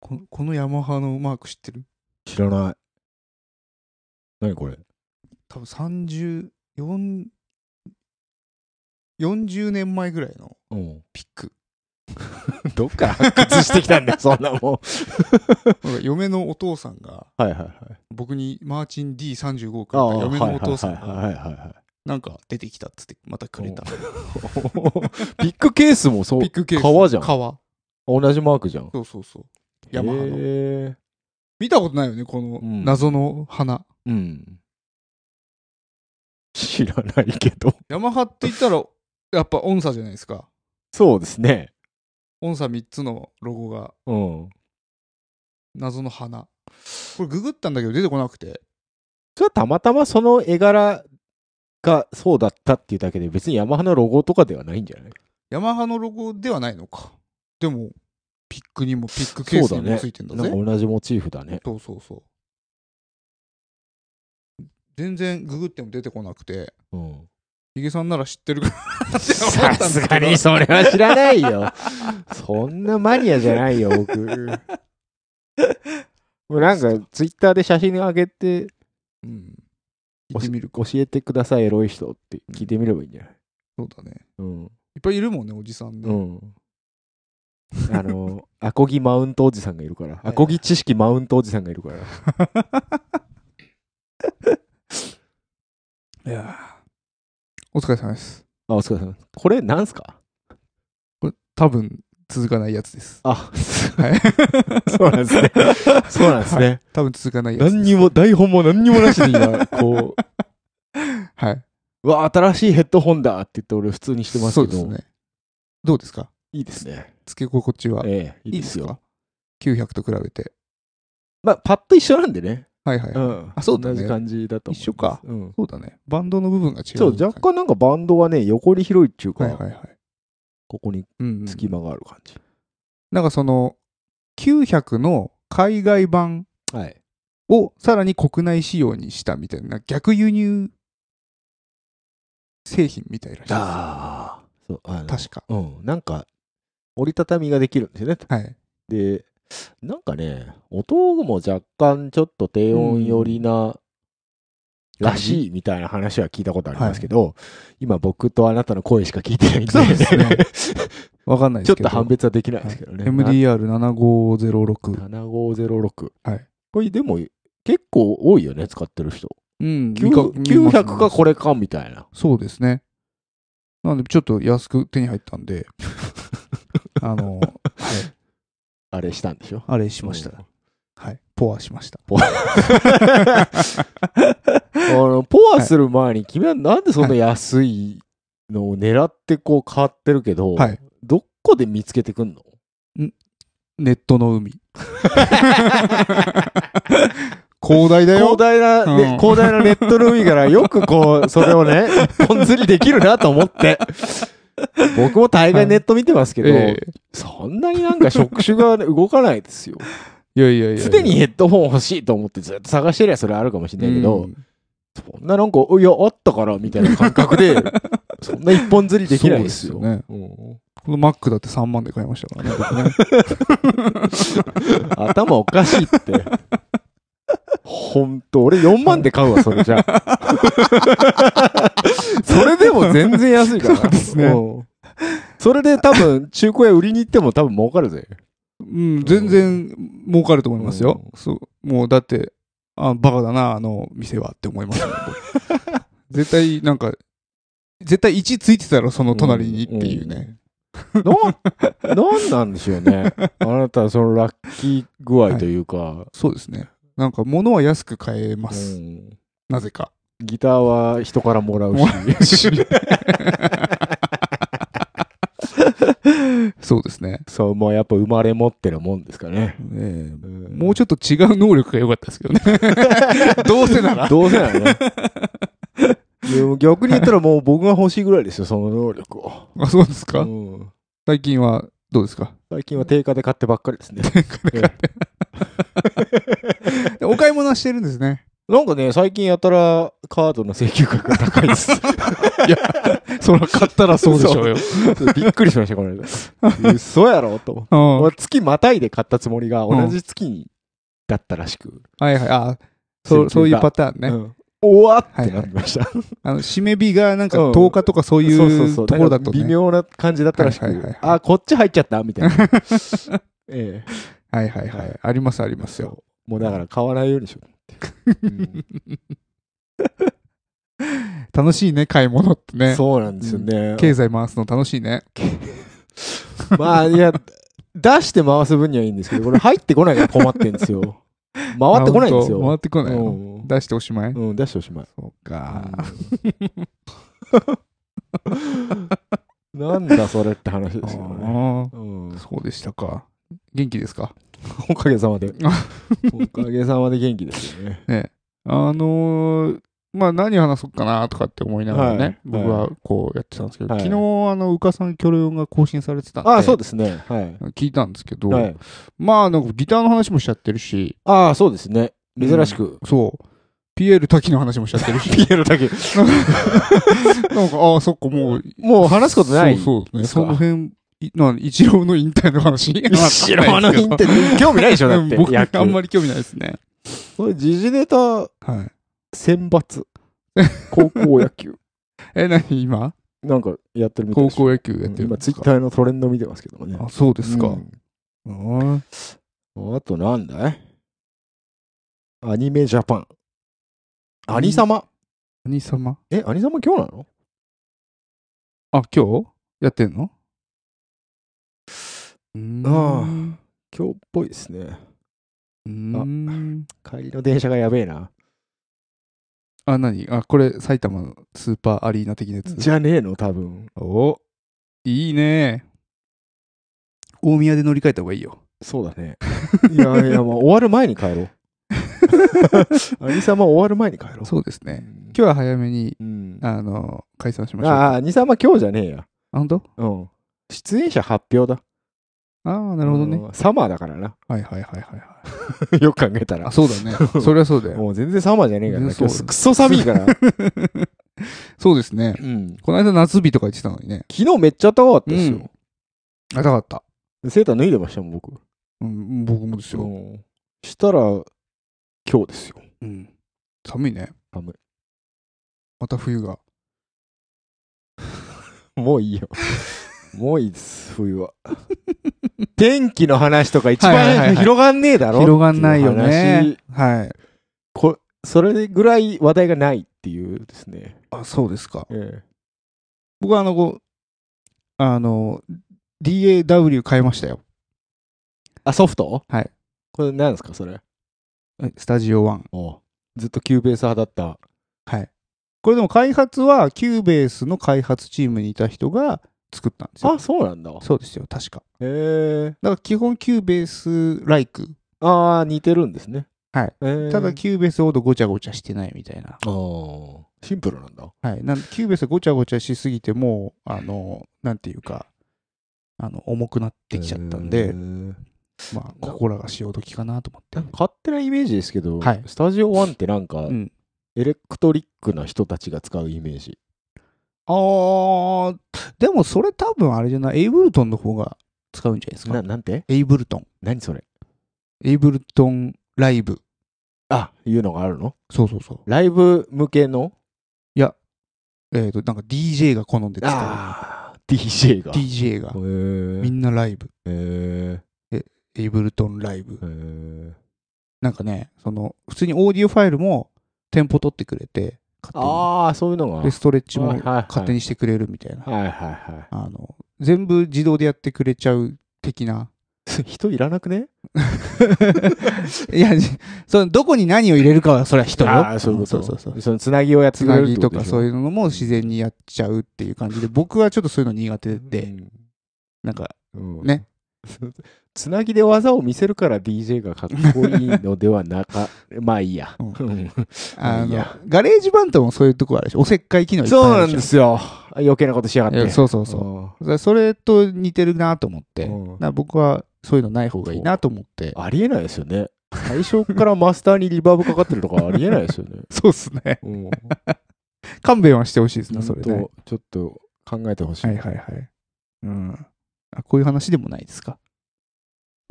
ここのヤマハのマーク知ってる知らない。何これ多分34 40年前ぐらいのうん。ピック どっから発掘してきたんだ よ、そんなもなんか嫁のお父さんがん。はいはいはい。僕にマーチン D35 をくれた嫁のお父さんはいがはいはいはい。なんか出てきたっつってまたくれたビッグケースもそうピッ、クケース革じゃん。革同じマークじゃん。そうそうそうヤマハのへー見たことないよねこのうん謎の花、うん。知らないけど。ヤマハって言ったらやっぱ音叉じゃないですかそうですね。音叉3つのロゴがうん。謎の花これググったんだけど出てこなくてそれはたまたまその絵柄がそうだったっていうだけで、別にヤマハのロゴとかではないんじゃないヤマハのロゴではないのかでもピックにもピックケースにもついてんだなぜんか同じモチーフだね。そうそうそう全然ググっても出てこなくてうん。ヒゲさんなら知ってるかなって思ったんださけどすがにそれは知らないよ。そんなマニアじゃないよ、僕。もうなんか、ツイッターで写真上げて、うん行ってみるか教えてください、エロい人って聞いてみればいいんじゃないそうだねうん。いっぱいいるもんねおじさんね、うん。あ の、アコギマウントおじさんがいるから、アコギ知識マウントおじさんがいるから。いやーお疲れ様ですあ、お疲れ様ですこれなんすかこれ多分続かないやつ ですあ、はいそうなんですね。そうなんですね。多分続かないやつ何にも、台本も何にもなしで今、こ う、はいうわ、新しいヘッドホンだって言って俺普通にしてますそうけですど、ねどうですかいいですね。付け心地はええ、いいいいでですすよか。900と比べてまあ、パッと一緒なんでね。はいはい、うん。あそうだね同じ感じだと思いま一す緒かうん。そうだねバンドの部分が違うそう、若干なんかバンドはね、横に広いっていうはいはいか、はい、ここにうんうん隙間がある感じ。なんかその900の海外版はい。をさらに国内仕様にしたみたいな逆輸入製品みたいらしいですああ。そう、あの、確かうん。なんか、折りたたみができるんですよね。はいで、なんかね、音も若干ちょっと低音寄りな、うんらしいみたいな話は聞いたことありますけど、今僕とあなたの声しか聞いてないんで、そうですねわかんないで ちょすっけどと判別はできないですけどね。 MDR7506 7506。はいこれでも結構多いよね、使ってる人。うん見か見ます900かこれかみたいな。そうですね。なので、ちょっと安く手に入ったん で、あの、はい、あれしたんでしょあれしました。はい、ポアしました。あの、ポアする前に、君はなんでそんな安いのを狙ってこう買ってるけど、はいどこで見つけてくんのネットの 海。広大だ広よ。大な、ねうん広大なネットの海からよくこう、それを ね、一本釣りできるなと思って。僕も大概ネット見てますけど、えそんなになんか触手がね、動かないですよ。えいやいやいやいや。すでにヘッドホン欲しいと思ってずっと探してりゃそれあるかもしれないけど、うんそんななんか、いや、あったからみたいな感 覚で、そんな一本釣りできないですよ。そうですうんこのマックだって3万で買いましたからね僕 ね。頭おかしいって。ほんと、俺4万で買うわ、それじゃあ。 それでも全然安いから。そうですねんそれで多分、中古屋売りに行っても多分儲かるぜ。うん、全然儲かると思いますよ。うそうもうだって、あ、バカだな、あの店はって思います よ。僕絶対、なんか、絶対1ついてたらその隣にっていうね。な、なんなんでしょうね。あなた、そのラッキー具合というか、そうですね。なんか物は安く買えまうす。んなぜか。ギターは人からもらうもし。 そうですね。そう、もうやっぱ生まれ持ってるもんですかね。ええももうちょっと違う能力が良かったです けどね。どうせなら。どうせな らね。でも逆に言ったらもう僕が欲しいぐらいですよ、その能力を。あ、そうですうかん最近はどうです か最近は定価で買ってばっかりですね。お買い物はしてるんですね。なんかね、最近やたらカードの請求額が高 いです。そら買ったらそうでしょうよ。びっくりしました、これ。嘘やろと思っうて。んは俺月またいで買ったつもりが、うん同じ月に、だったらしく。いはい。あそう、そういうパターンね。うんおわってなりました。あの、締め日がなんかうん10日とかそういそうそううそとう。ころだと微ね。妙な感じだったらしはいはいはいくはい。あ、こっち入っちゃったみたいな。 ええ。はいはいはい。ありますありますよ。そうもうだから買わないようにしようと思って。楽しいね、買い物ってうんね。そうなんですよね。経済回すの楽しいね。まあ、いや、出して回す分にはいいんですけど、これ入ってこないから困ってんですよ。回ってこないんですよ。回ってこないの。うん出しておしまいうん、出しておしまい。そうか。 なんだそれって話ですよね。あうんあ、そうでしたか。元気ですかおかげさ まで。おかげさまで元気ですよね。ね。あのーまあ何話そうかなとかって思いながらね、はい僕はこうやってたんですけど、はい昨日、あの、うかさんキョロヨンが更新されてたんで、ああ、そうですね。はい。聞いたんですけど、はい、まあなんかギターの話もしちゃってるし、ああ、そうですね。珍しく。そう、ピエール滝の話もしちゃってるし、ピエロだけ。 なんか、ああ、そっか、もう、もう話すことない。そうそう、ね。ですかその辺、いなん一郎の引退の話。後ろの引わかんないですけど退、興味ないでしょ、だっうて。ん僕、野球あんまり興味ないですね。そういう時事ネタはい。選抜。高校 野球。え、何今なんかやってるみたい高です。校野球やってるん今、ですツイッかターのトレンド見てますけどもね。あ、そうですかう。んうんあとなんだいアニメジャパン。アニ様。何様え、アニ様今日なのあ、今日やってんのうーんあ今日っぽいですね。うーん。帰りの電車がやべえな。あ、何あ、これ、埼玉のスーパーアリーナ的なやつ。じゃねえの、多分。おいいね。大宮で乗り換えた方がいいよ。そうだね。いやいや、もう終わる前に帰ろ う。アニ様終わる前に帰ろう。そうですね。今今日は早めに、うん。ああの、解散しましょう。あ、アニ様今日じゃねえや。あ、本当うん。出演者発表だ。ああ、なるほどね。うん。サマーだからな。 はいはいはいはいはい。よく考えたらあ、。そうだね。それはそうだ よ。もう全然サマーじゃねえからな。全然今そう日くっそ寒いから。 そうですね。うん。この間夏日とか言ってたのにね。昨日めっちゃ高かったですよ。あ、高かった。セーター脱いでましたもん、僕。うん、僕もですよ。うんしたら、今日ですよ。うん。寒いね。寒い。また冬が。もういいよ。もういいです、冬は。天気の話とか一はいはいはいは番い広がんねえだろ広がんないよっていうね。はい。話。こそれぐらい話題がないっていうですね。あ、そうですか。え僕はあの、こうあの、DAW 変えましたよ。あ、ソフトはい。これ何ですか、それ。スタジオワンずっとキューベース派だった。はい。これでも開発は、キューベースの開発チームにいた人が作ったんですよあ、。そうなんだ。へそうですよ、確か。え。だから基本キューベースライク。ああ、似てるんですね。はい。えー、ただキューベースほどごちゃごちゃしてないみたいな。あーシンプルなんだ。はい。なんキューベースはごちゃごちゃしすぎてもう、あの、なんていうか、あの、重くなってきちゃったんえで、ーまあ、ここらが潮時かなと思って。勝手なイメージですけど、はいスタジオワンってなんか、うんエレクトリックな人たちが使うイメージ。あー、でもそれ多分あれじゃない、エイブルトンの方が使うんじゃないですなか。なんてエイブルトン。何それエイブルトンライブ。あいうのがあるのそうそうそう。ライブ向けのえっ、と、なんか DJ が好んで使あー DJ う。が。 DJ がへ。みーんなライブ。へーエイブルトンライブへ。ーなんかね、その、普通にオーディオファイルもテンポ取ってくれて、勝手ああ、そういうのが。に。はで、いストレッチもはいはい勝手にしてくれるみたいな。はいはあの、全部自動でやってくれちゃう的 な。い。人いらなくねいや、その、どこに何を入れるかは、それは人よ。ああ、そういうこと。んそうそうそう。そのつなぎをやってつくれなるっぎてとことかでしょそういうのも自然にやっちゃうっていう感じで、僕はちょっとそういうの苦手で、なんか、うんね。 つなぎで技を見せるから DJ がかっこいいのではなか、まあいいや。うんうんあいのや、ガレージバンドもそういうとこあるし、おせっかい機能いっぱいそうあなるんじゃでんすよ。余計なことしやがっいやて。そうそうそうんう。だからそれと似てるなと思って、うんだから僕はそういうのない方がいいなと思って。ありえないですよね。最初からマスターにリバーブかかってるとかありえないですよね。 そうっすね。うん。勘弁はしてほしいですね、ほそんれね。と、ちょっと考えてほしい。はいはいはい。うん。あ、こういう話でもないです か。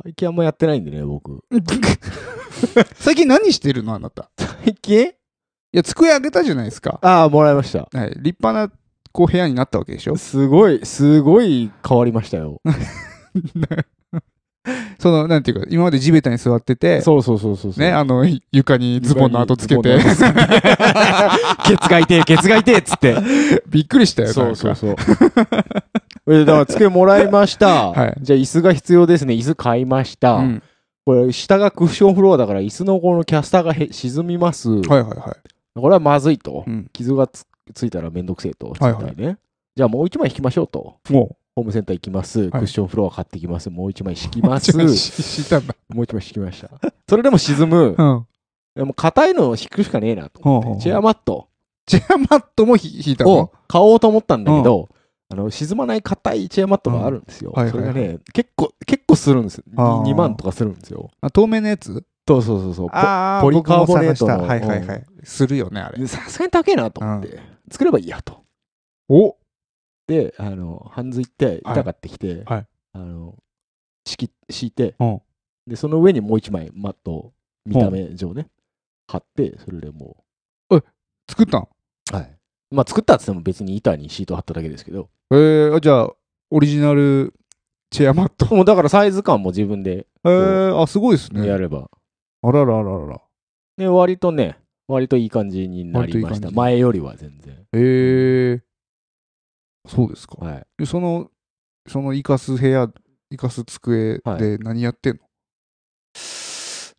最近あんまやってないんでね、僕。最近何してるのあなた。最近いや、机あげたじゃないですか。ああ、もらいました。はい。立派な、こう、部屋になったわけでしょすごい、すごい変わりましたよ。その、なんていうか、今まで地べたに座ってて、そうそうそうそうそう。ね、あの、い床にズボンの跡つけてズ、ボンの跡つけてケツが痛え、ケツが痛えっ つって。びっくりしたよ、そうそなんうかそう。え、だから机もらいました。はいじゃあ椅子が必要ですね。椅子買いました。うん。これ下がクッションフロアだから椅子のこのキャスターがへ沈みます。はいはいはい。これはまずいと。うん。傷がつついたらめんどくせえと。はいはい絶対ね。じゃあもう一枚引きましょうと。もホームセンター行きます。クッションフロア買ってきます。もう一枚敷きう、ます。したんだ。もう一枚敷きました。それでも沈むう。ん。でも硬いのを敷くしかねえなと思ってほうほうほうチェアマットチェアマットもひ引いたをの買おうと思ったんだけど、あの沈まない硬いチェアマットがあるんですよ。うんはいはいはいそれがね、結構、結構するんですよ。あー2万とかするんですよ。あ透明のやつそうそうそうそう。あポリカーボネートのはいはいはい。するよね、あれ。でさすがに高えなと思って、作ればいいやと。おで、あの、ハンズ行って、はい板買ってきて、はいあの、敷き、敷いて、うん。で、その上にもう一枚マットを見た目上ね、貼って、それでも作ったのう、はい。まあ、作ったっつっても別に板にシート貼っただけですけど、えー、あじゃあ、オリジナルチェアマット。もうだからサイズ感も自分でえー、あ、すごいですね。やあれば、ららららら。で、割とね、割といい感じになりま割といいし感た。じ前よりは全然。えー、そうですか。はい。でその、その生かす部屋、生かす机はで何やってんの、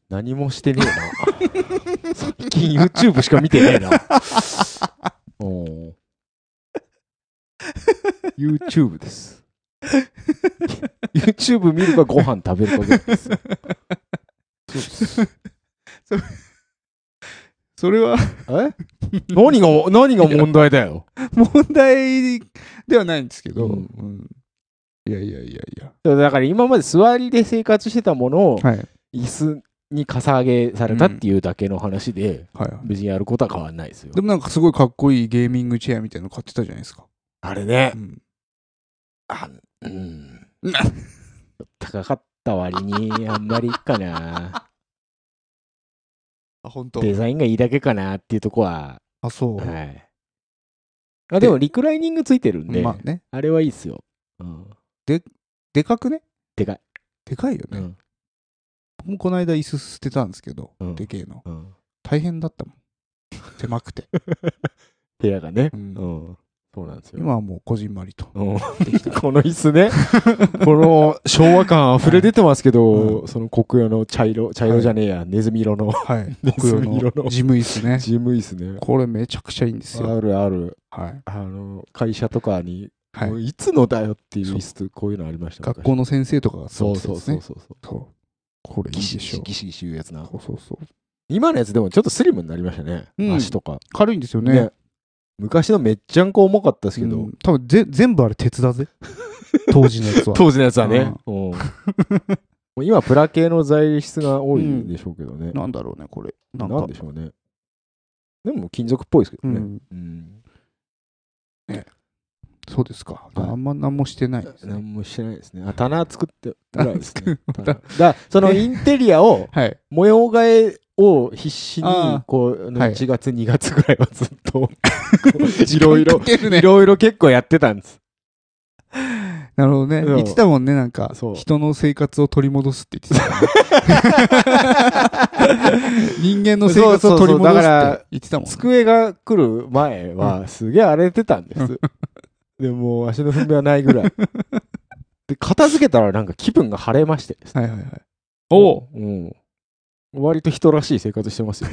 何もしてねえな。 最近 YouTube しか見てねえな。おー YouTube です。YouTube 見るかご飯食べるかぐらいです。それは え何が、何が問題だよ。問題ではないんですけど、うんうんいやいやいやいや。だから今まで座りで生活してたものをはい。はい椅子にかさ上げされたっていうだけの話で、はい。無事にやることは変わらないですよで。もなんかすごいかっこいいゲーミングチェアみたいなの買ってたじゃないですか。あれねう。ん、あうんな。高かった割に、あんまりいい かな。あ、本当デザインがいいだけかなっていうとこは。あ、そう。はい。あでも、リクライニングついてるんで、まあね。あれはいいっすよ。うん。でかくねでかい。でかいようね。ん。僕もこの間椅子捨てたんですけど、うんでけえの。うん大変だったもん。狭く て。部屋がね。ううんん。そうなんですよ。今はもうこじんまりと。うん この椅 子ね、この昭和感溢れ出てますけど、うその黒曜の茶色、茶色じゃねえや、ネズミ色のはい。 ネズ黒ミ用色のの事務椅 子ね。ジム椅子ね。これめちゃくちゃいいんですよ。あるある。はい。あの、会社とかに、はいもういつのだよっていう椅子とこういうのありました学校の先生とかがそうでそうすそうね。そうそう。そう。これいいギでシしょギシう。ギシギシ言うやつなそ。うそうそう。今のやつでもちょっとスリムになりましたね。うん足とか。軽いんですよね。ね昔のめっちゃんこ重かったですけうどん、多分ぜ全部あれ鉄だ ぜ。当時のやつは。当時のやつはね。うん もう今、プラ系の材質が多いでしょうけどね。なんだろうね、これ。なんかなんでしょうね。でも金属っぽいですけどうね。んうん。そうですか。はいあんま何もしてないですね。何もしてないですね。あ、棚作ってぐらいですね。棚作っ棚だからそのインテリアを、はい。模様替えを必死あにあ、こう、あのはい1月、2月ぐらいはずっ と、こういろいろか、けるいね。ろいろ結構やってたんです。なるほどね。うん言ってたもんね、なんかそ、う人の生活を取り戻すって言 ってたもんね。人間の生活を取り戻すって言ってたもんね。 机が来る前は、すげえ荒れてたんです。でもう足の踏みはないぐらい。で、片付けたらなんか気分が晴れましてですねはいはいはい。おううん。割と人らしい生活してます よ。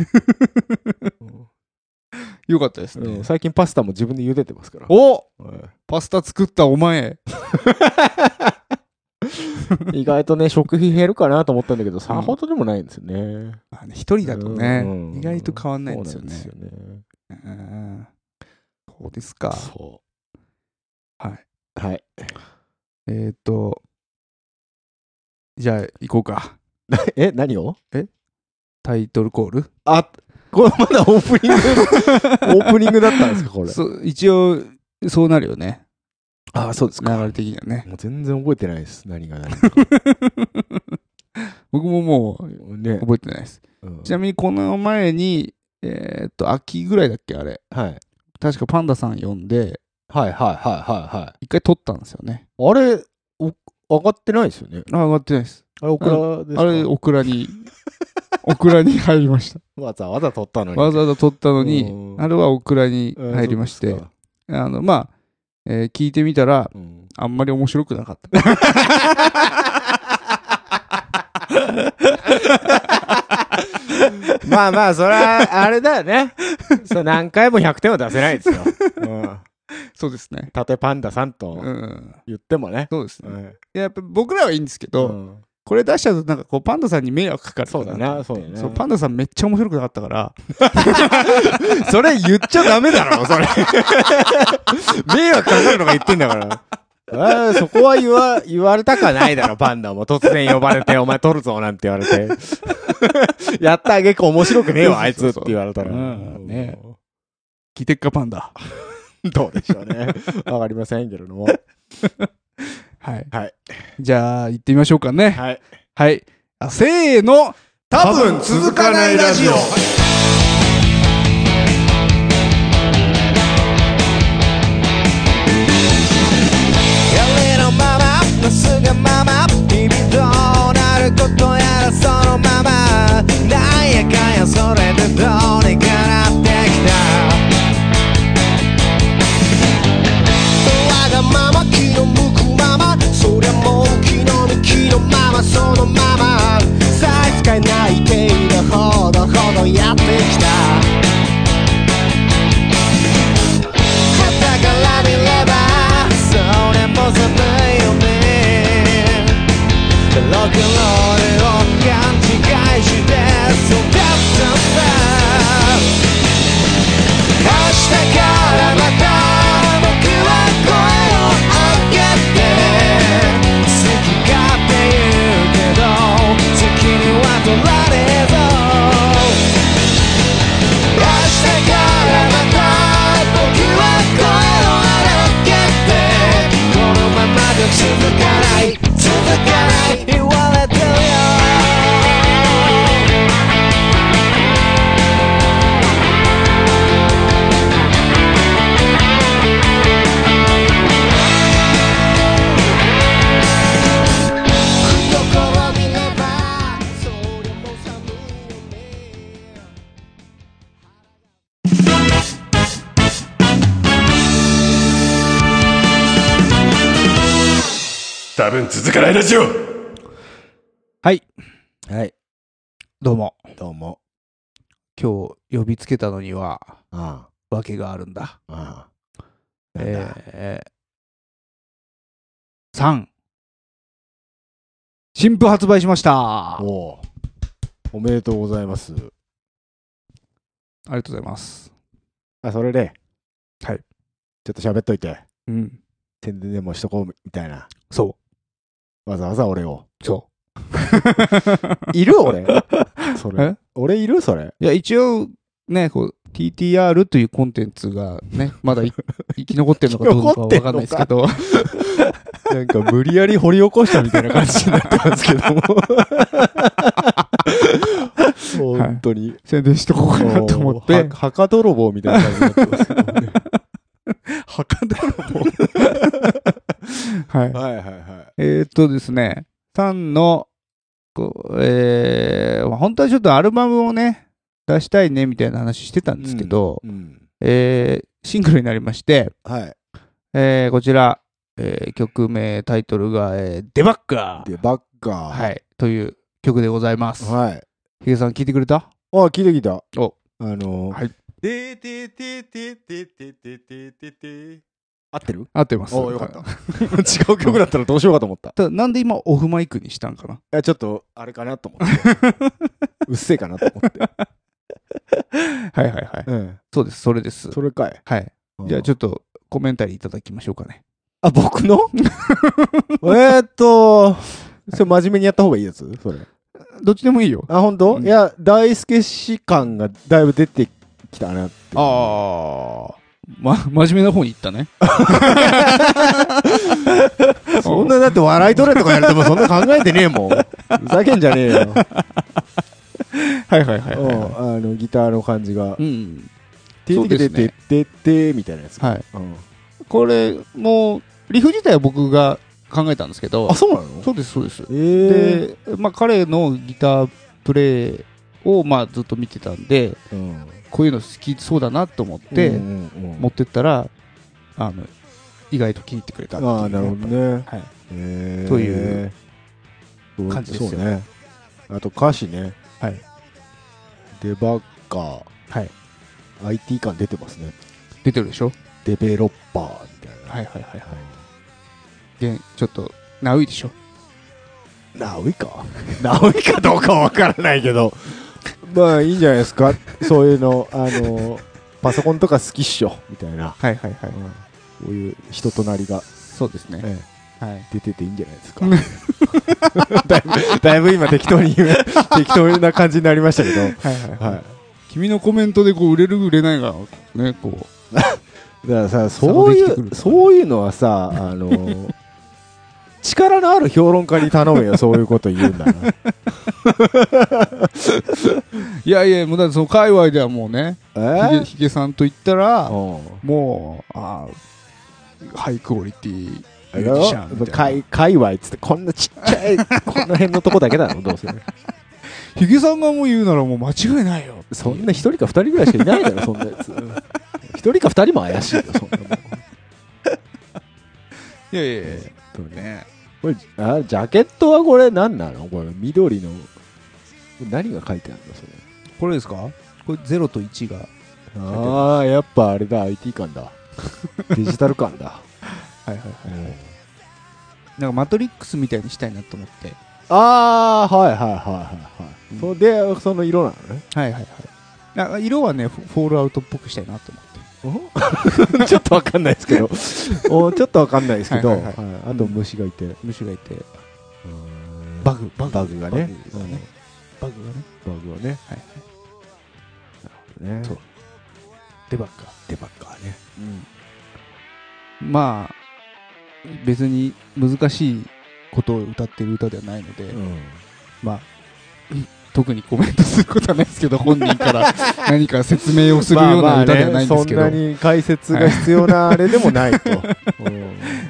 うんよかったですうねん。最近パスタも自分で茹でてますから。おはパスタ作ったお前。い意外とね、食費減るかなと思ったんだけど、さほどでもないんですよね。まあね一人だとねうん、意外と変わんないんですよねそ。うなんですよねうんそうですか。そはい。う。はい。えっと、じゃあ行こうか。え、何をえタイトルコールあ、これまだオープニ ング、オープニングだったんですか、これ。そう一応、そうなるよね。あ、そうです流。れ的にはね。もう全然覚えてないです。何が 何か。僕ももう、ね。覚えてないです。うんちなみに、この前に、えーっと、秋ぐらいだっけ、あれ。はい。確かパンダさん呼んで、はいはいはいはいはい。一回撮ったんですよね。あれ、お上がってないですよね。あ、上がってないです。あれ、オクラですかあれ、オクラに、オクラに入りました。わざわざ取ったのに。わざわざ撮ったのにう、んあれはオクラにうん入りましそてうです、かあの、まあ、えー聞いてみたら、うんあんまり面白くなかった。 まあまあ、それは、あれだよね。そう何回も100点は出せないですよ。 うんそうですね。たとえパンダさんとうん。言ってもね。そうですね。うんいややっぱ僕らはいいんですけど、うんこれ出しちゃうとなんかこうパンダさんに迷惑かかるかそうなだな、そうだな。そうパンダさんめっちゃ面白くなかった からそれ言っちゃダメだ ろ、それ。迷惑かかるのが言ってんだから。あーそこは言わ、言われたかないだろ、パンダも。突然呼ばれて、お前取るぞ、なんて言われて。やったあげく面白くねえわ、あいつって言われたら。うんね聞いてっかパンダどうでしょうね。わかりませんけれども。はい、はいじゃあ行ってみましょうかねはい。はいあせーの多分続かないラジオ。俺のまままっすぐまま日々どうなることやらそのままなんやかんやそれでどうにかなってきたわがまま気の向くままそりゃもう気の向きのままそのまま差し支えない程度ほどほどやってきた「はたから見ればそれも寒いよね」「ロックンロールを勘違いして育ったんだ」明日からまた僕は声を上げて好き勝手言うけど責任は取られえぞ明日からまた僕は声を上げてこのままじゃ続かない続かない言われてるよどこを見ればそりゃもう寒いよね多分続かないラジオはいはい。どうもどうも。今日呼びつけたのにはあ訳があるんだあ、ああ。なんだえー、3新譜発売しましたありおうおめでとうございます。がとうございますあ、それで。はい。ちょっと喋っといて。うん宣伝でもしとこう、みたいな。そわざわざ俺を。うそういる 俺。そえれ。俺いるそれ。いや一応ねこう TTR というコンテンツがね まだい生き残ってるのかどうかは分かんないですけどなんか無理やり掘り起こしたみたいな感じになってますけども。本当に。宣伝しとこうかなと思っては墓泥棒みたいな感じになってますけどね墓泥棒 はいはいはいはえーっとですね、さんの、こうえー、まあ本当はちょっとアルバムをね、出したいねみたいな話してたんい。ですけど、うん。うんえーシングルになりまして、はい。えーこちら、えー曲名、タイトルが、えーデバッカー、で、バッカー。。はいい、という曲でございます。はい。ヒゲさん聞いてくれたあ、聞いてきた。おあのー、はいてててててててててて。合ってる合ってます。およかった。はい 違う曲だったらどうしようかと思った。 ただなんで今オフマイクにしたんかないや、ちょっと、あれかなと思って。 うっせえかなと思って。はいはいはい。うん。そうです、それです。それかい。はい。じゃあちょっと。ょっとコメンタリーいただきましょうかね。あ、僕 のえーっと、それ真面目にやった方がいいやつそれ。 どっちでもいいよ。あ、本当、うんいや、大輔氏感がだいぶ出てきたなって。ああ。ま、真面目な方に行ったね。そんなだって笑い取れとかやれてもそんな考えてねえもん。 ふざけんじゃねえよ。 はいはいはいはい、うはんあの、ギターの感じがい。う。ん。てそうてですててねてててみたいなやつ。はい。うんこれ、もう、リフ自体は僕が考えたんですけど。あ、そうなのそうですそうです。ええ。で、まあ彼のギタープレイを、まあずっと見てたんで、うんこういうの好きそうだなと思って、うんうんうん持ってったら、あの、意外と気に入ってくれたっていうああ、なるほどね。はい。ええというそう感じですよそうね。あと歌詞ね。はい。デバッカはい。ー、IT 感出てますね。出てるでしょデベロッパーみたいな。はいはいはいは。はいで、ちょっと、ナウイでしょい。ナウイか ナウイかどうかわからないけど。まあいいんじゃないですか。そういうの、あの、パソコンとか好きっしょ、みたいな。はいはいはうんこういう人となりが、そうですね。えはい。え出てていいんじゃないですか。 だいぶ、だいぶ今適当に言う、適当な感じになりましたけど。はいはいはい。君のコメントでこう売れる売れないがねこだからさそうい差ができてくるうそういうのはさ あの力のある評論家に頼めよそういうこと言う んだなういやいやもうだってその界隈ではもうねえヒゲーヒゲさんと言ったらうんもうあーハイクオリティミあュれーだジシャンみろたいな界界隈っつってこんなちっちゃ いこの辺のとこだけだろどうせヒゲさんがもう言うならもう間違いないよそんな一人か二人ぐらいしかいないだろそんなやつうん一人か二人も怪しいよそんなもん本いやいやいや当にねこれあジャケットはこれ何なのこれ緑の何が書いてあるのそれこれですかこれ0と1がああやっぱあれだ IT 感だ デジタル 感だはいはいはいなんかマトリックスみたいにしたいなと思ってああ、はいはいはいはいはうい。んそで、その色なのね。はいはいはいなんか色はねフォフォールアウトっぽくしたいなと思ってちょっとわかん ないです けど。おちょっとわかんないですけど、ははいいはいはいあと虫がいて。虫がいてババグババググがね。バグがねバグがねうんバグはね。はいねそうデバッカーデバッカーね。まあ別に難しいことを歌ってる歌ではないので、うんまあ特にコメントすることはないですけど本人から 何か説明をするようまあまな歌あねではないんですけど、そんなに解説が必要なあれでもないと。うん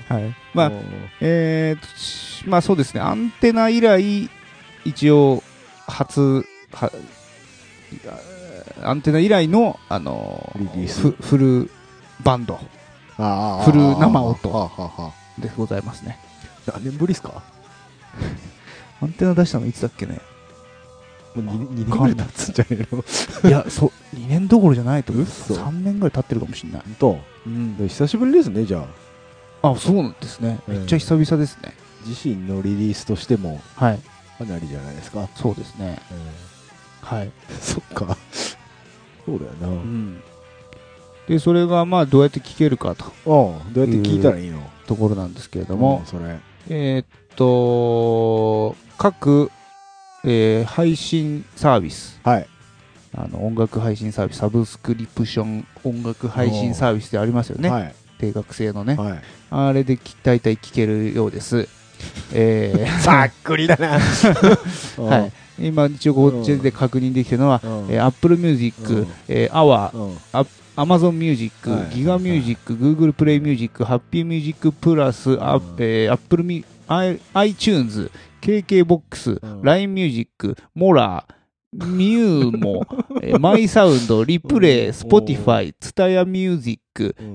はい、 まあうんえーとしまあそうですねアンテナ以来一応初はアンテナ以来のあのリリースフフルバンドあーフル生音はあはあはあでございますね何年ぶりですかアンテナ出したのいつだっけねもう 2, 年ぐらい経つんじゃねえのいや、そう、2年どころじゃないと思う、嘘3年ぐらい経ってるかもしれない。 とうん、久しぶりですね、じゃあ。あ、そうなんですね。ええめっちゃ久々ですね。自身のリリースとしてもはい、かなりじゃないですか、そうですね。はい。 そっかそうだよな、う、うんん。で、それがまあ、どうやって聴けるかとどうやって聞いたらいいの、ところなんですけれどうもん、それえーっと、各、えー配信サービス、はいあの音楽配信サービス、サブスクリプション音楽配信サービスでありますよね。はい定額制のね。はいあれでき大体聴けるようです。えー ざっくりだなははい、今一応こっちで確認できてるのは、うんえー Apple Music、うんえー Hour、うん Amazon Music、はい Giga Music、Google Play Music、Happy Music Plus、あうんえー Apple Mi- I- iTunes、KKBOX、うん LINE Music、モラー、ミュー も、えーマイサウンド、リプレイ、うん Spotify、TSUTAYA Music、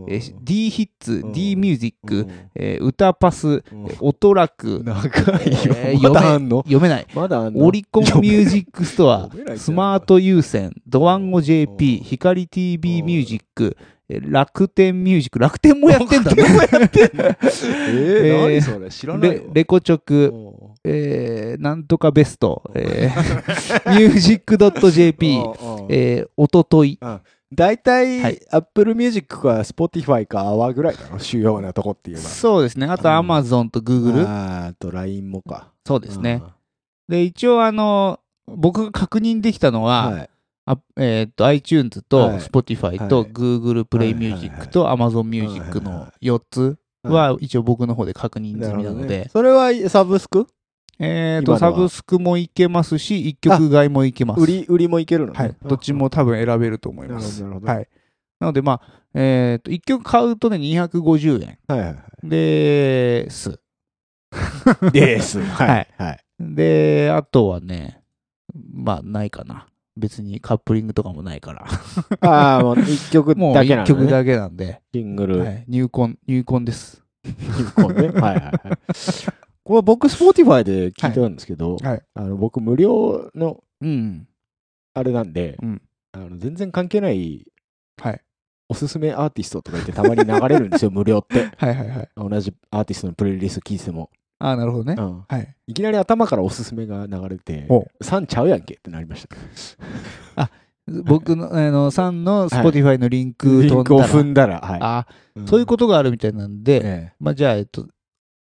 えー D ヒッツう、ん D ミュージッうクん、えー歌パス、うんえー音楽、長いよ、えーまだあんの読めない。まだあんのオリコンミュージックストア読めな、いスマート優先、ドワンゴう JP、ん光 TV ミュージック、え楽天ミュージック、楽天もやってんだね。えーえー何それ知らないレよ レコチョうク、んえーなんとかベスト、えー、ミュージック .jp、うんうんえー、おととい。大体、はいアップルミュージックか Spotify か Hour ぐらいだろ主要なとこっていうのはそうですね。あとうん Amazon と Google。あーあと LINE もかそうですねう。んで、一応あの、僕が確認できたのは、はい。あえーっと iTunes はとい Spotify はとい Google プレイはいミューはいはいジックと Amazon ミュージックはいはいのは4つは一応僕の方で確認済なみなるほのどねで、それはサブスクえーっと今のサはブスクもいけますし、一曲買いもいけます。売り、売りもいけるのねはい。どっち。も多分選べると思いなるまほす。ど、なるほど。はい。なので、まあ、えーっと、一曲買うとね、250円はいはいはです。 い。です。はい。はい。で、あとはね、まあ、ないかな。別にカップリングとかもないから。ああ、もう一曲もうだけな1のね曲だけなんで、シングル。はい、入婚、入婚です。一本ね。はいはいはい。これ僕、Spotify で聞いたんですけど、はいあの僕、無料のうん。あれなんで、うんあの全然関係ないはい。おすすめアーティストとか言ってたまに流れる んですよ、無料って。はいはいはい。同じアーティストのプレイリスト聞いても。ああ、なるほどねう。んはい。いきなり頭からおすすめが流れてお、 3ちゃうやんけってなりました。僕の、あの、さんの Spotify のリンクリン飛んクをだ踏ら、んだら、はい。あ、そういうことがあるみたいなんで、とえまあ、じゃあ、えっと、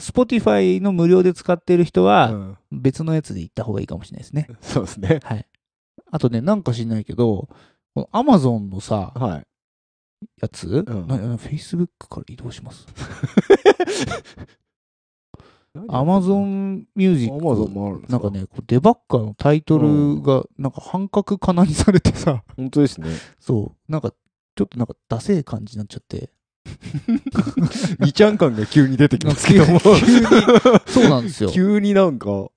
Spotify の無料で使ってる人えは、うん別のやつで行った方がいいかもしれないですね。そうですね。はい。あとね、なんか知んないけど、この Amazon のさ、はい。やつ、うんなな Facebook から移動します。ン Amazon ミュージ Amazon ッもあるんクですかなんかね、こうデバッカーのタイトルが、なんか半角かなにされてさ、 本当ですね。そう、なんか、ちょっとなんかダセえ感じになっちゃって。 2ちゃん感が急に出てきますけども。急に、そうなん ですよ。 急になんか、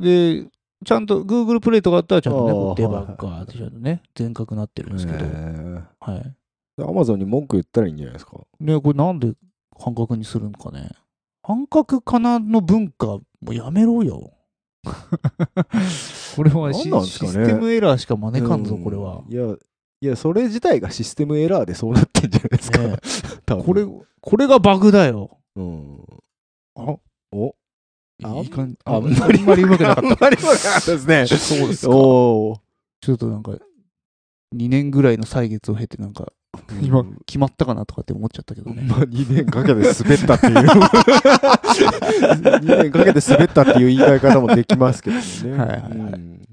で、ちゃんと Google プレイとかあったら、ちゃんとね、あーこうデバッカーってちゃんとね、全角なってるんですけど、はい。アマゾンに文句言ったらいいんじゃないですか。ね、これなんで半角にするんかね。半角かなの文化、もうやめろよ。 これはシ,、何なんですかシねステムエラーしか招かんぞ、うんこれは。いや、いや、それ自体がシステムエラーでそうなってんじゃないですか。ね 多分これ、、これがバグだよ。うん。あおあんいい感じ。ああんんままりり、あんまりうまくな かっんまりわかったですねた。そうですおか。おちょっとなんか、2年ぐらいの歳月を経て、なんか、ー。今、決まったかなとかって思っちゃったけどね。まあ、2年かけて滑った っていう。2年かけて滑ったっていう言い換え方もできますけどね。はいはいはいうん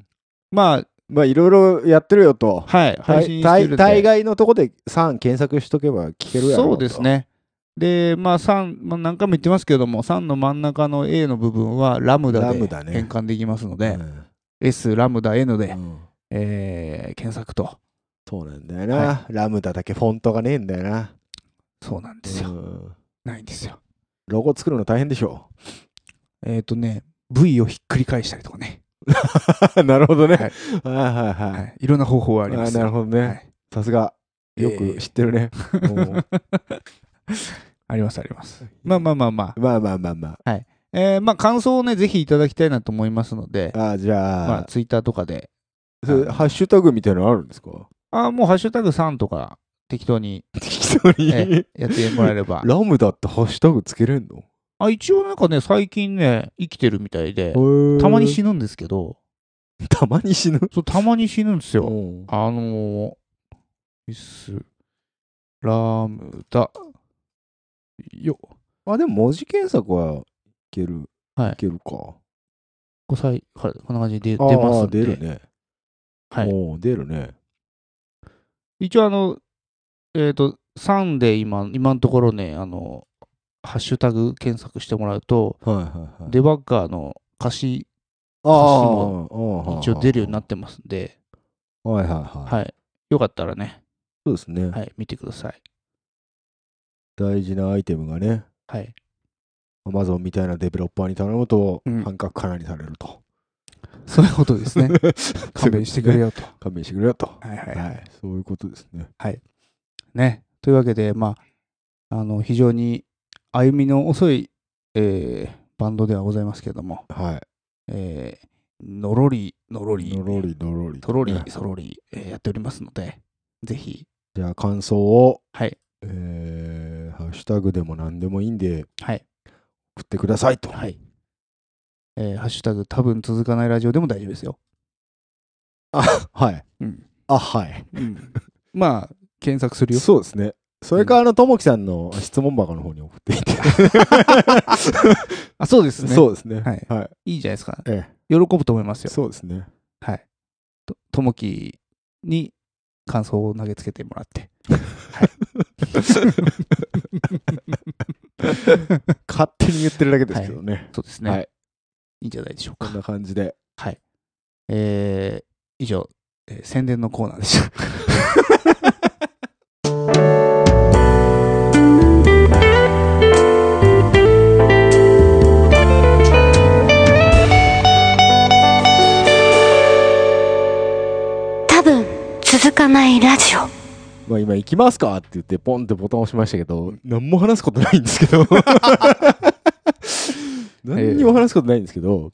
ままあ、いろいろやってるよとあ、。はい、配信して大るんで大概のとこで3検索しとけば聞けるやろそうです。ね。で、まあ、3、まあ、何回も言ってますけれども、3の真ん中の A の部分はラムダラでムダね変換できますのとで、S、ラムダ、N で、うんえー検索と。そうなんだよな、はラムダだけフォントがねえんだよな。そうなんですよ。うんないんですよ。ロゴ作るの大変でしょ。えっ、とね、V をひっくり返したりとかね。なるほどね。はいはいはいはい。はい。いろんな方法はありあまーすなよ。るほどね。はいさすが。よえくー知ってる ね。うんありますあります。まあまあまあまあ。まあまあまあまえーまあ感想をね、ぜひいただきたいなと思いますので、あ。あーじゃあ、まあツイッターとかで、それハッシュタグみたいなのあるんですかあーもうハッシュタグ3とか適当に適当に えーやってもらえれば。ラムダってハッシュタグつけれんのあ、一応なんかね、最近ね、生きてるみたいで、たまに死ぬんですけど、ぬ。たまに死ぬそう、たまに死ぬんですよ。うんあのー、ス、ラムダ、よ、あ、でも文字検索はいける。はいいけるか。 5歳、はい、こんな感じで出あーますんで。出るね。はい。おー出るね。一応あの、えっ、と、3で今、今のところね、あの、ハッシュタグ検索してもらうと、はいはいはい。デバッカーの歌詞、ああ、。一応出るようになっててますんで、はいはいははい。い。よかったらね、そうですね。はい、見てください。大事なアイテムがね、はい。アマゾンみたいなデベロッパーに頼むとうん、半角かなにされると。 そういうことですね。勘弁してくれよ。よと。 勘弁してくれよと。はいはいは。はいい。そういうことですね。ね。というわけで、まあ、あの、非常に歩みの遅い、えーバンドではございますけれども、はい。えーのろり、のろり、のろりのろり。とろりね、そろり、えーやっておりますので、ぜひ、じゃあ感想を、はい、えーハッシュタグでも何でもいいんで、はい、送ってくださいと。はい。えーハッシュタグ、多分続かないラジオでも大丈夫ですよ。はい。うん。あ、はい。まあ、検索するよ。そうですね。それか、あの、ともきさんの質問箱の方に送っていて。あ、そうですね。 そうですね。はいはい。いいじゃないですか。え喜ぶと思いますえ。よ。そうですね。はい。と、ともきに感想を投げつけてもらって。勝手に言ってるだけですけどね。そうですね。はいい、いんじゃないでしょうこんか。な感じで。えー、以上、えー宣伝のコーナーで した。多分続かないラジオまあ今行きますかって言ってポンってボタン押しましたけど、何も話すことないんですけど。 何にも話すことないんですけど。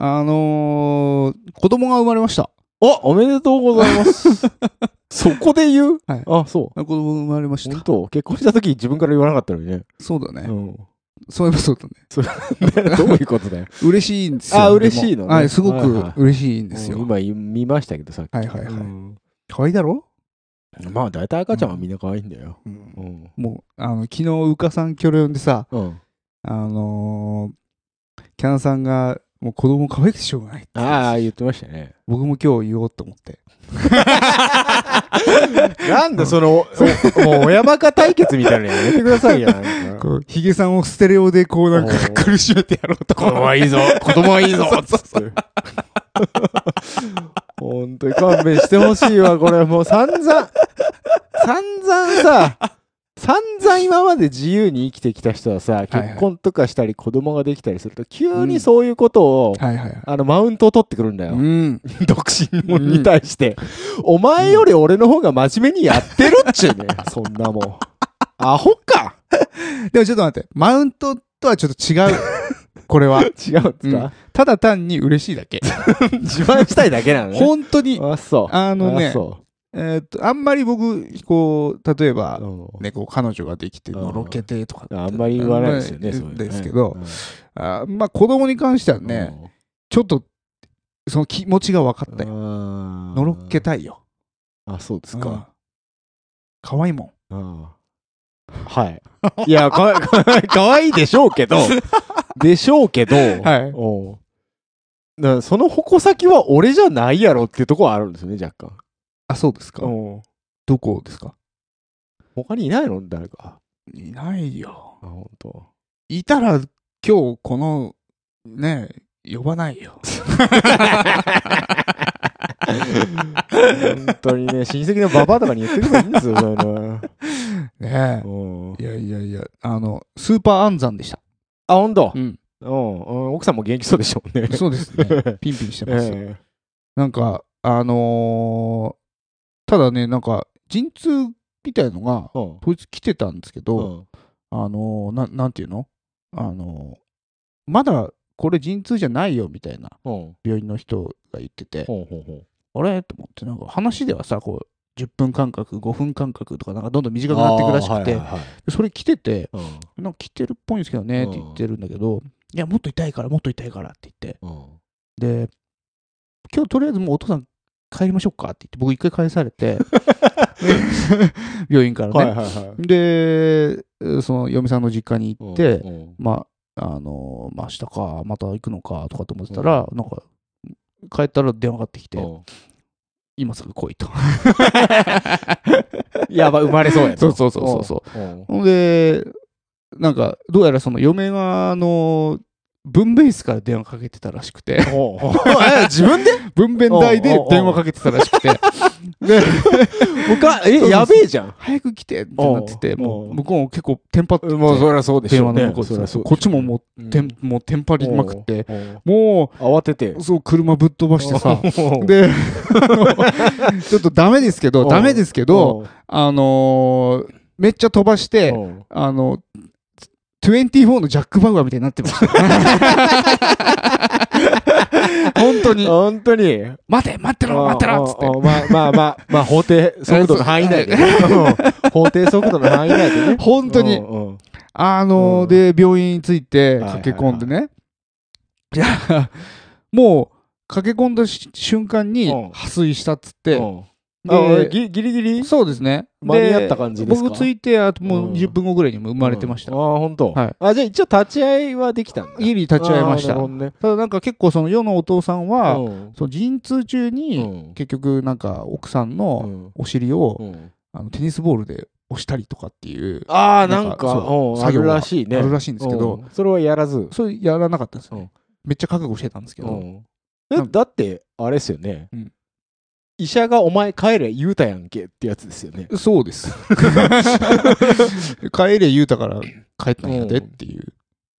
あのー、子供が生まれました。あおめでとうござい ます。そこで言うはいあ、そう。あ子供が生まれまし本た。当結婚した時自分から言わなかったのにね。そうだね。 うん。そういえばそうだね。どういうことだよ。嬉しいんですよ。あ嬉しいでのねもはい、すごはいはいく嬉しいんですよ。今見ましたけどさっき。はいはいはいうん可愛いだろ、まあ大体赤ちゃんはみんな可愛いんだよ。うんうん。もう、あの、昨日、うかさんキョロ呼んでさ、うん。あのーキャンさんが、もう子供可愛くてしょうがないって言ってああ、言ってましたね。僕も今日言おうと思って。なんでその、そう もう親バカ対決みたいなのやめてくださいよ。なんか こう、ヒゲさんをステレオでこうなんかおー苦しめてやろうと子供か。はいいぞ子供はいいぞつって。 本当に勘弁してほしいわ、これ。もう散々、散々さ、散々今まで自由に生きてきた人はさ、はい結婚とかしたり子供ができたりすると、急にそういうことを、はいはいはい。あの、マウントを取ってくるんだよ。うん。独身者に対して、お前より俺の方が真面目にやってるっちゅうね。そんなもん。アホかでもちょっと待って、マウントとはちょっと違 う。これは。違うんですうんか、ただ単に嬉しいだけ。自慢したいだけなのね。本当に、あ、そう。あのねそえーっと、あんまり僕、こう、例えばう。、うんね、こう、彼女ができて、うんのろけてとかってあんまり言わないですよあね、んそうまいうりのねですけど、、あまあ、子供に関してはうんね、、ちょっと、その気持ちが分かったよ。ののろけたいよ。あ、そうですうんか。。可愛いもん。あーはい。いや、かわい、かわい かわいいでしょう けど、でしょうけど、はいおうだからその矛先は俺じゃないやろっていうところはあるんですよね、若干。あ、そうですか。おうどこですか他にいないの誰か。いないよ。あ、本当。いたら、今日、この、ね、呼ばない よ。本当にね、 親戚のババアとかに言ってくればいいんですよ、そういうのは。ねおうえ。いやいやいや、あの、スーパー暗算でした。あ、本当。ん。おううん奥さんも元 気そうでしょうね。そうです ね。 ピンピンしてます。えなんか、あのーただね、なんか、陣痛みたいのが、えうんこいつ来てたんですけど、うんあのーな、なんていうのあのーまだこれ陣痛じゃないよみたいなうん病院の人が言ってて、ほうほうほうあれと思って、なんか話ではさ、こう、10分間隔、5分間隔とか、なんかどんどん短くなっていくらしくて、あーはいはいはいそれ来てて、うんなんか来てるっぽいんですけどねって言ってるんだけど、いや、もっと痛いから、もっと痛いからって言って、うんで、今日とりあえずもうお父さん帰りましょうかって言って、僕一回返されて、病院からね。はいはいはで、その嫁さんの実家に行い。って、うんうんまあ、あのまあ、明日か、また行くのかとかと思ってたら、なんか、帰ったら電話がかかってきて、うん今すぐ来いと。 やば、生まれそうや と。そうそうそうそうそう。ほんで、なんか、どうやらその嫁が、あの分娩室から電話かけてたらしくて、おうおうえ自分で 分娩台で電話かけてたらし くて、で、他、そうそ え、うやべえじゃん。早く来てってなってて、おうもおうう向こうも結構テンパってて、りゃそうで電話の向こうでさこっちももううテン、もうテンパりまくって、。おうもおう慌ててう、。そう、車ぶっ飛ばしてさ、おう、で、 ちょっとダメですけおど、うダメですけど、おう、あのーめっちゃ飛ばして、おうあの、24のジャック・バウアーみたいになってま した。本当に、本当に。待て、待ってろ、待ってろっつっておうおうおうまあまあまあ、まあ、法定速度の範囲内 でね。うん法定速度の範囲内で ね。。本当にうん、うんあのうーんで、病院に着いて、駆け込んでね。じゃ あ、もう、駆け込んだし瞬間にうん、破水したっつって、うんあでぎギリギリそうですね。間に合った感じですか僕着いて、あともううん20分後ぐらいにも生まれてました。うんああ、本当。はいあ、じゃあ一応立ち会いはできたんだ。家に立ち会いましあたーなる。ほどね。ただなんか結構その世のお父さんは、うんその陣痛中に、うん結局なんか奥さんうのんお尻を、うんあのテニスボールで押したりとかっていう、ああ、なんか、そううんあ作業るがらしいね。あるらしいんですけど、うんそれはやらず。それやらなかったんですね。うんめっちゃ覚悟してたんですけど、うんなえんだって、あれですよねうん。医者がお前帰れ言うたやんけってやつですよね。そうです。 帰れ言うたから帰ったんやでっていう。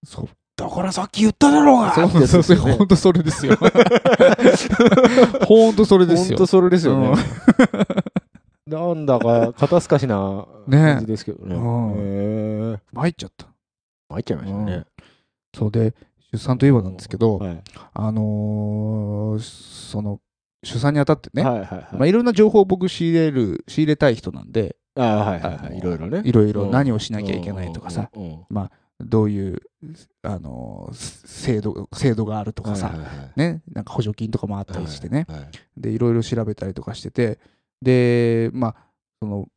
そう。だからさっき言っただろうがそうそうそう。本本当それです よ。本当それですよ当。それですよねうん。 なんだか肩透かしなね感じですけどね。うんへえ参っちゃった。参っちゃいましたね。そうで、出産といえばなんですけど、はいあのーその、出産にあたってね、はいいはいはい。まあ、いろんな情報を僕仕入れる、仕入れたい人なんで、あはいはいあはのい。いろいろね。いろいろうん何をしなきゃいけないとかさ、うんうんうんうん、どういう、あのー制度、制度があるとかさ、はいはいはいね、なんか補助金とかもあったりしてね、はいはいでいろいろ調べたりとかしててでまあその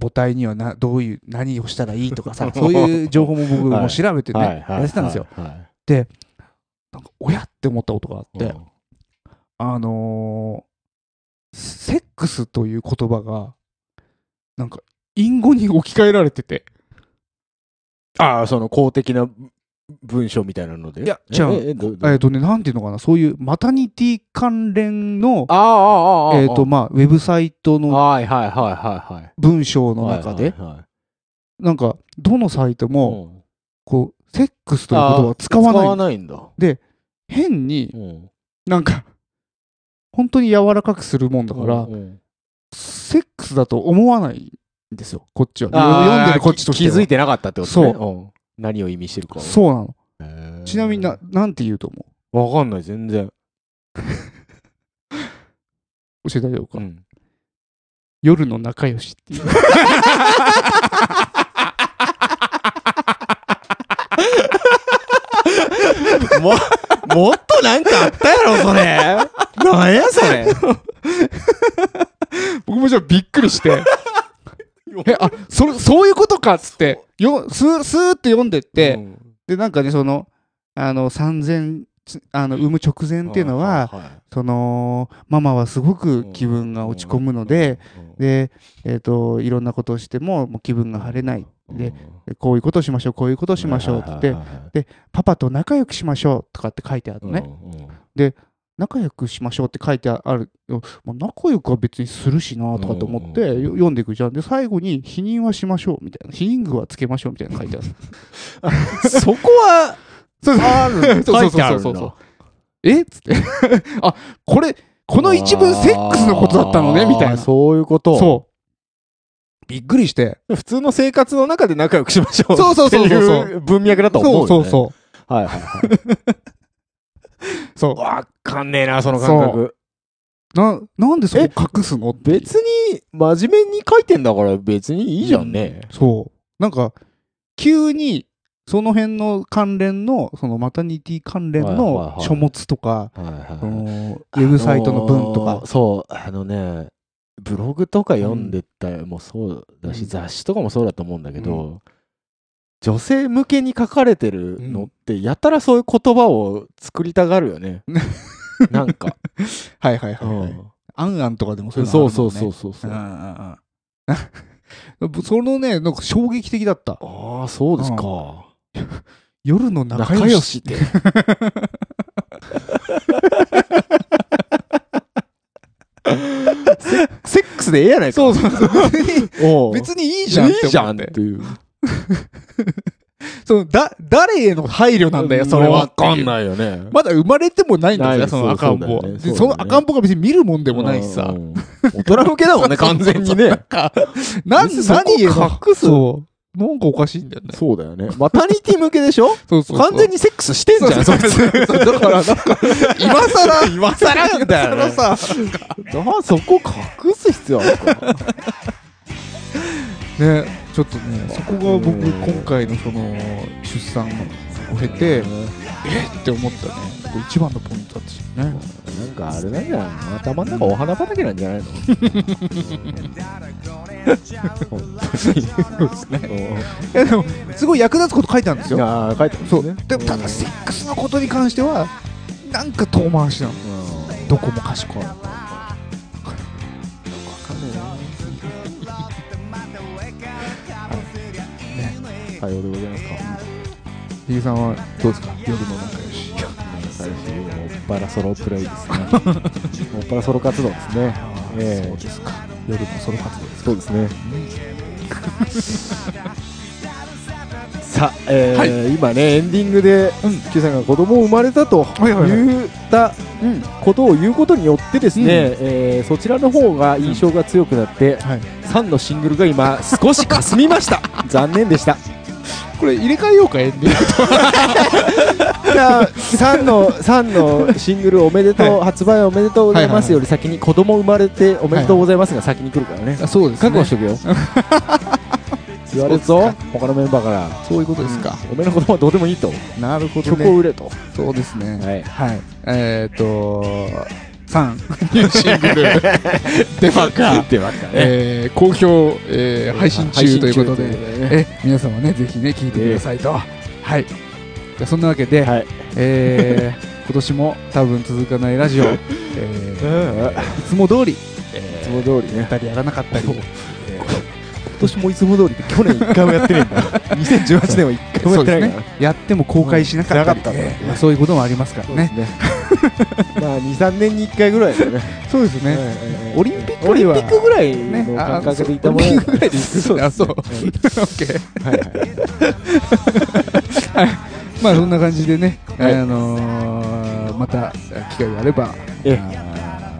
母体にはなどういう何をしたらいいとか さそういう情報も僕はもい調べてね、はいはいやってたんですよ、。はなんか親って思ったことがあっいて、あのーセックスという言葉がなんか隠語に置き換えられててああ、その公的な文章みたいなので。いや違うええどうどうえっ、とねなんていうのかなそういうマタニティ関連のああ、ああ、ああ。えっ、とまあウェブサイトのはいはいはいはいはい。文章の中で、はいはいはいなんかどのサイトも、うんこう、セックスという言葉を使わ使なわい。ないんだ。変にう、んなんか、本当に柔らかくするもんだから、うんうんセックスだと思わないんですよ、こっちは。ああ読んでるこっちとして気は。づいてなかったってことね。そうん何を意味してるかを。そうなの。へえちなみにな、なんて言うと思わかんない、全然。う教えてあげようか。うん夜の仲良しっていう。 も、 もっとなんかあったやろ、それ。なんや、それ。僕もじゃあびっくり して。え、あ、そ、そういうことかっつって、よ、スー、スーって読んでって、うん、で、なんかね、その、あの、産前、つあの、産む直前っていうのは、いいい、そのママはすごく気分が落ち込むので、うん、で、えー、といろんなことをしてももう気分が晴れないででこういうことしましょうこういうことしましょうって言って、パパと仲良くしましょうとかって書いてあるのね、仲良くしましょうって書いてある、まあ、仲良くは別にするしなとかと思って、うんうんうんよ読んでいくじゃんで最後に「否認はしましょう」みたいな「否認具はつけましょう」みたいなの書いてあるそこは、 そうそうあるそう書そうそうそうそいてあるんうそだう。 えっつって あこれこの一文セックスのことだったのねみたいあなーそういうこと。そう。びっくりして。う。普通の生活の中で仲良くしましょう。そうそうそうそうそうっていう文脈だと思うそよ、うね。。そうそうはいはいう。はそい。わかんねえな、その感覚。う。な、なんでそこ隠すのっていう別に、真面目に書いてんだから別にいいじゃんね。そう。なんか、急に、その辺の関連の、そのマタニティ関連はいはいのはい書物とか、はいはいそのウェブサイトの文とあのかー。そう、あのね、ブログとか読んでたもそうだし、うん雑誌とかもそうだと思うんだけど、女性向けに書かれてるのって、やたらそういう言葉を作りたがる よね。なんか。はいはいうんアンアンとかでもそういうのあるそもんうね。そうそうそうそう。うんうあんうん。 そのね、なんか衝撃的だった。あ、そうですか。夜の仲仲良良し。しって。 セックスでええやないか。そう そうそう。おう別にいいいいじじゃゃんんっ思ってってていう。そのだ誰への配慮なんだよ、それは。わかんないよね。まだ生まれてもないんだなよ、いその赤ん坊は。そうだよねでそうだそよねの赤ん坊が別に見るもんでもないしさう。ん。大人向けだも んね、完全にね。な別にそこ何への隠すそうなんかおかしいんだよね。そうだよね。マタニティ向けでしょそうそうそう完全にセックスしてんじゃそん、そういそうつ。そうだ から、なんか、今更、今更なんだよね更さ、あそこ隠す必要あるか。ね、ちょっとね、そこが僕、今回のその、出産のを経てえっって思ったねこれ一番のポイントだったねなんかあれなんじゃないの頭の中お花畑なんじゃないのいやでもすごい役立つこと書いてあるんですよああ書いてあるんですそねうでもただセックスのことに関してはなんか遠回しなのうんどこもかしこさようでございますかヒゲさんはどうですか夜の仲良し最終もっぱらソロプレイですね もっぱらソロ活動ですねええそうですか夜のソロ活動ですそう ですねさあ、えー今ねエンディングで、Q さんが子供を生まれたといはいはい言ったうんことを言うことによってですね、えーそちらの方が印象が強くなって、はいサンのシングルが今少し霞みました 残念でしたこれ入れ替えようかエンディングじゃあ3の三のシングルおめでとう、発売おめでとうございますより先に子供生まれておめでとうございますが先に来るからね、とそうで覚悟しとけよ 言われるぞ他のメンバーからそういうことですか、おめの子供はどうでもいいとなるほど曲をね売れと、そうですねはいはい、えっ、ー、と3ニューシン グル「デファカ」でばっかね、えー好評、えー配信中ということで配信中ということでえ皆様ねぜひね聞いてくださいと、はいじゃあそんなわけで、はいえー 今年も多分続かないラジオ、え ーうんいつも通りいつも通りねやったりやらなかったり今年もいつも通りで去年一回もやってねえんだ 2018年は一回もやそっうですてないからねやっても公開しなかったり、うんなかったからえーまあそういうこともありますからねねまあ23年に1回ぐらいだよねそうですね、オリンピックよオリりンはピックぐらいねのあ感覚でいたそうもんオリンやピックぐらいでいくそうあ そうオッケーはい はいまあそんな感じでね、はいあのーまた機会があれば、ええ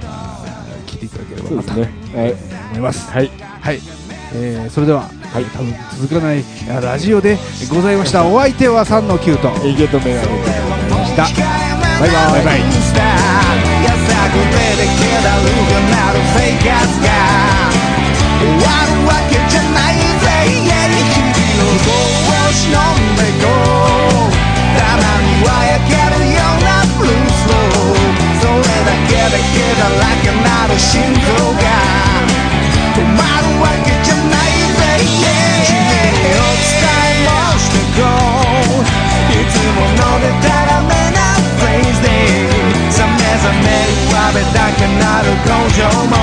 あー聞いていただければそうなでとすねはい思います。はいはい、えーそれでは、い多分続かないラジオでございました。お相手は三の九と。いけとめがねした。バイバイ。心臓が止まるわけじゃないぜ yeah お伝えもしてこういつものでたらめな p l a c e でさめざめ上辺だけなる工場も